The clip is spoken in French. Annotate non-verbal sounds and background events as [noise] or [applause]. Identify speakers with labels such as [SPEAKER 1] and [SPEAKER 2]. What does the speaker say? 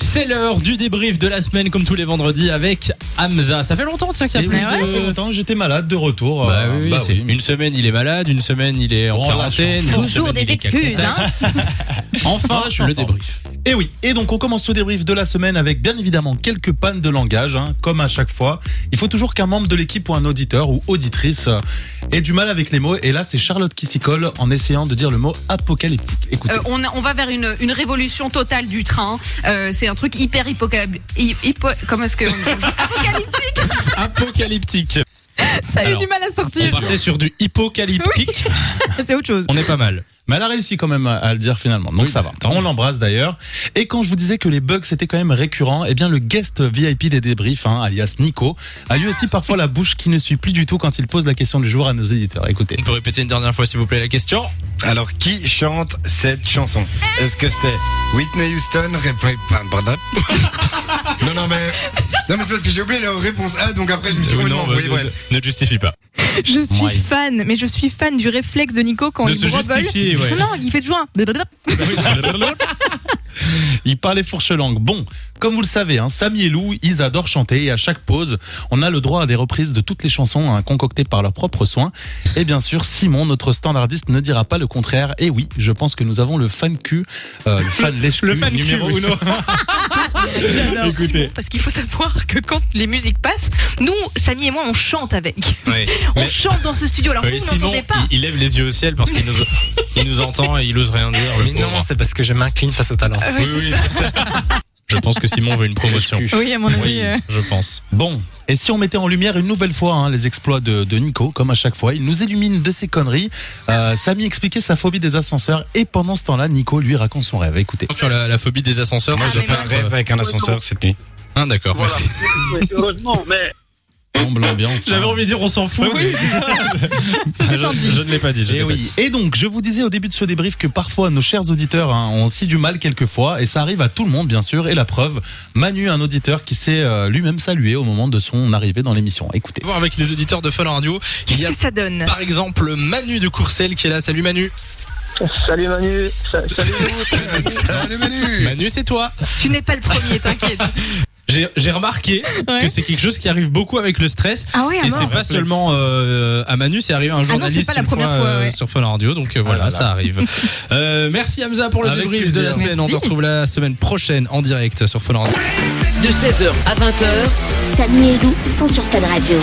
[SPEAKER 1] C'est l'heure du débrief de la semaine comme tous les vendredis avec Hamza. Ça fait longtemps tiens qu'il y a
[SPEAKER 2] Eh
[SPEAKER 1] plus
[SPEAKER 2] oui,
[SPEAKER 1] de-
[SPEAKER 2] Ça fait longtemps, j'étais malade de retour.
[SPEAKER 1] Bah
[SPEAKER 2] euh,
[SPEAKER 1] oui, oui, c'est-
[SPEAKER 2] oui.
[SPEAKER 1] une semaine il est malade, une semaine il est en
[SPEAKER 2] Oh, la
[SPEAKER 1] quarantaine.
[SPEAKER 2] chance.
[SPEAKER 1] une
[SPEAKER 3] Toujours
[SPEAKER 1] semaine,
[SPEAKER 3] des
[SPEAKER 1] il est qu'à
[SPEAKER 3] excuses,
[SPEAKER 1] contact.
[SPEAKER 3] hein
[SPEAKER 1] Enfin,
[SPEAKER 2] Ah, je suis en
[SPEAKER 1] le
[SPEAKER 2] forme.
[SPEAKER 1] débrief.
[SPEAKER 2] Et oui, et donc on commence ce débrief de la semaine avec bien évidemment quelques pannes de langage, hein, comme à chaque fois. Il faut toujours qu'un membre de l'équipe ou un auditeur ou auditrice euh, ait du mal avec les mots. Et là, c'est Charlotte qui s'y colle en essayant de dire le mot apocalyptique. Écoutez.
[SPEAKER 4] Euh, on, on va vers une, une révolution totale du train. Euh, c'est un truc hyper hypocab... hy- hypo... Comment est-ce que...
[SPEAKER 1] Apocalyptique.
[SPEAKER 3] [laughs] Ça a eu
[SPEAKER 1] Alors,
[SPEAKER 3] du mal à
[SPEAKER 1] On
[SPEAKER 3] sortir.
[SPEAKER 1] partait sur du hypocalyptique.
[SPEAKER 3] C'est autre chose.
[SPEAKER 1] On est pas mal.
[SPEAKER 2] Mais elle a réussi quand même à, à le dire finalement, donc
[SPEAKER 1] Oui,
[SPEAKER 2] ça va.
[SPEAKER 1] bah, tant
[SPEAKER 2] on
[SPEAKER 1] mieux.
[SPEAKER 2] l'embrasse d'ailleurs. Et quand je vous disais que les bugs c'était quand même récurrent, eh bien le guest VIP des débriefs, hein, alias Nico, a lui aussi parfois la bouche qui ne suit plus du tout quand il pose la question du jour à nos éditeurs. Écoutez.
[SPEAKER 1] On peut répéter une dernière fois s'il vous plaît la question.
[SPEAKER 5] Alors, qui chante cette chanson Est-ce que c'est Whitney Houston rép- pardon, pardon. Non, non, mais. Non, mais c'est parce que j'ai oublié la réponse A, donc après, je me suis
[SPEAKER 1] Euh,
[SPEAKER 5] complètement
[SPEAKER 1] bah,
[SPEAKER 5] embrouillé, bref.
[SPEAKER 1] ne ne justifie pas.
[SPEAKER 3] Je suis
[SPEAKER 2] Ouais.
[SPEAKER 3] fan, mais je suis fan du réflexe de Nico quand
[SPEAKER 1] De
[SPEAKER 3] il
[SPEAKER 1] se
[SPEAKER 3] brevole.
[SPEAKER 1] justifier, ouais. [laughs]
[SPEAKER 3] Non, non, il fait toujours un.
[SPEAKER 2] Il parlait fourche langue. Bon, comme vous le savez, hein, Samy et Lou, ils adorent chanter et à chaque pause, on a le droit à des reprises de toutes les chansons hein, concoctées par leurs propres soins. Et bien sûr, Simon, notre standardiste, ne dira pas le contraire. Et oui, je pense que nous avons le fan cul, euh, le
[SPEAKER 1] [laughs]
[SPEAKER 2] fan lèche
[SPEAKER 1] Le fan cul,
[SPEAKER 2] numéro
[SPEAKER 1] oui.
[SPEAKER 2] uno.
[SPEAKER 4] J'adore
[SPEAKER 2] Écoutez.
[SPEAKER 4] Simon, parce qu'il faut savoir que quand les musiques passent, nous, Samy et moi, on chante avec. On
[SPEAKER 1] Mais-
[SPEAKER 4] chante dans ce studio. Alors
[SPEAKER 1] Ouais,
[SPEAKER 4] vous, vous
[SPEAKER 1] Simon,
[SPEAKER 4] n'entendez pas.
[SPEAKER 1] il, il lève les yeux au ciel parce qu'il nous, il nous entend et il ose rien dire. le
[SPEAKER 6] Mais non,
[SPEAKER 1] pauvre.
[SPEAKER 6] c'est parce que je m'incline face au talent.
[SPEAKER 1] oui, oui, c'est ça. Je pense que Simon veut une promotion.
[SPEAKER 3] Oui, à mon avis.
[SPEAKER 1] Oui,
[SPEAKER 3] euh,
[SPEAKER 1] je pense.
[SPEAKER 2] Bon, et si on mettait en lumière une nouvelle fois hein, les exploits de, de Nico, comme à chaque fois, il nous illumine de ses conneries. Euh, Samy expliquait sa phobie des ascenseurs et pendant ce temps-là, Nico lui raconte son rêve. Écoutez.
[SPEAKER 1] Sur la, la phobie des ascenseurs,
[SPEAKER 5] Moi,
[SPEAKER 1] ça
[SPEAKER 5] j'ai
[SPEAKER 1] doit
[SPEAKER 5] fait un
[SPEAKER 1] faire-
[SPEAKER 5] rêve avec un ascenseur cette [laughs] nuit.
[SPEAKER 1] Ah, d'accord,
[SPEAKER 7] Voilà.
[SPEAKER 1] merci.
[SPEAKER 7] Ouais, heureusement, mais
[SPEAKER 2] Comble l'ambiance. hein.
[SPEAKER 1] de dire on s'en fout. Ah,
[SPEAKER 2] Oui, c'est ça.
[SPEAKER 1] je, je ne l'ai pas dit. je
[SPEAKER 2] Et
[SPEAKER 1] l'ai pas
[SPEAKER 2] Eh oui.
[SPEAKER 1] dit.
[SPEAKER 2] Et donc, je vous disais au début de ce débrief que parfois nos chers auditeurs hein, ont aussi du mal quelquefois, et ça arrive à tout le monde bien sûr. Et la preuve, Manu, un auditeur qui s'est euh, lui-même salué au moment de son arrivée dans l'émission. Écoutez.
[SPEAKER 1] Voir avec les auditeurs de Fun Radio, il y a
[SPEAKER 4] Qu'est-ce que ça donne
[SPEAKER 1] par exemple Manu de Courcelles qui est là. Salut Manu.
[SPEAKER 7] salut Manu, sa- salut
[SPEAKER 5] Salut, Manu
[SPEAKER 1] Manu, c'est toi.
[SPEAKER 4] Tu n'es pas le premier, t'inquiète.
[SPEAKER 1] J'ai j'ai remarqué
[SPEAKER 3] Ouais.
[SPEAKER 1] que c'est quelque chose qui arrive beaucoup avec le stress.
[SPEAKER 3] Ah ouais, à
[SPEAKER 1] Et
[SPEAKER 3] mort. Ah
[SPEAKER 1] c'est pas seulement euh, à Manu, c'est arrivé à un
[SPEAKER 3] c'est
[SPEAKER 1] journaliste
[SPEAKER 3] pas la
[SPEAKER 1] une
[SPEAKER 3] première
[SPEAKER 1] fois,
[SPEAKER 3] fois,
[SPEAKER 1] euh,
[SPEAKER 3] ouais.
[SPEAKER 1] sur Fun Radio, donc euh, voilà,
[SPEAKER 2] Ah là là.
[SPEAKER 1] ça arrive. Euh, merci Hamza pour le
[SPEAKER 2] Avec
[SPEAKER 1] débrief de la
[SPEAKER 2] plaisir.
[SPEAKER 1] semaine. On
[SPEAKER 3] Merci.
[SPEAKER 1] te retrouve la semaine prochaine en direct sur Fun Radio.
[SPEAKER 8] De 16h à 20h,
[SPEAKER 9] Samy et Lou sont sur Fan Radio.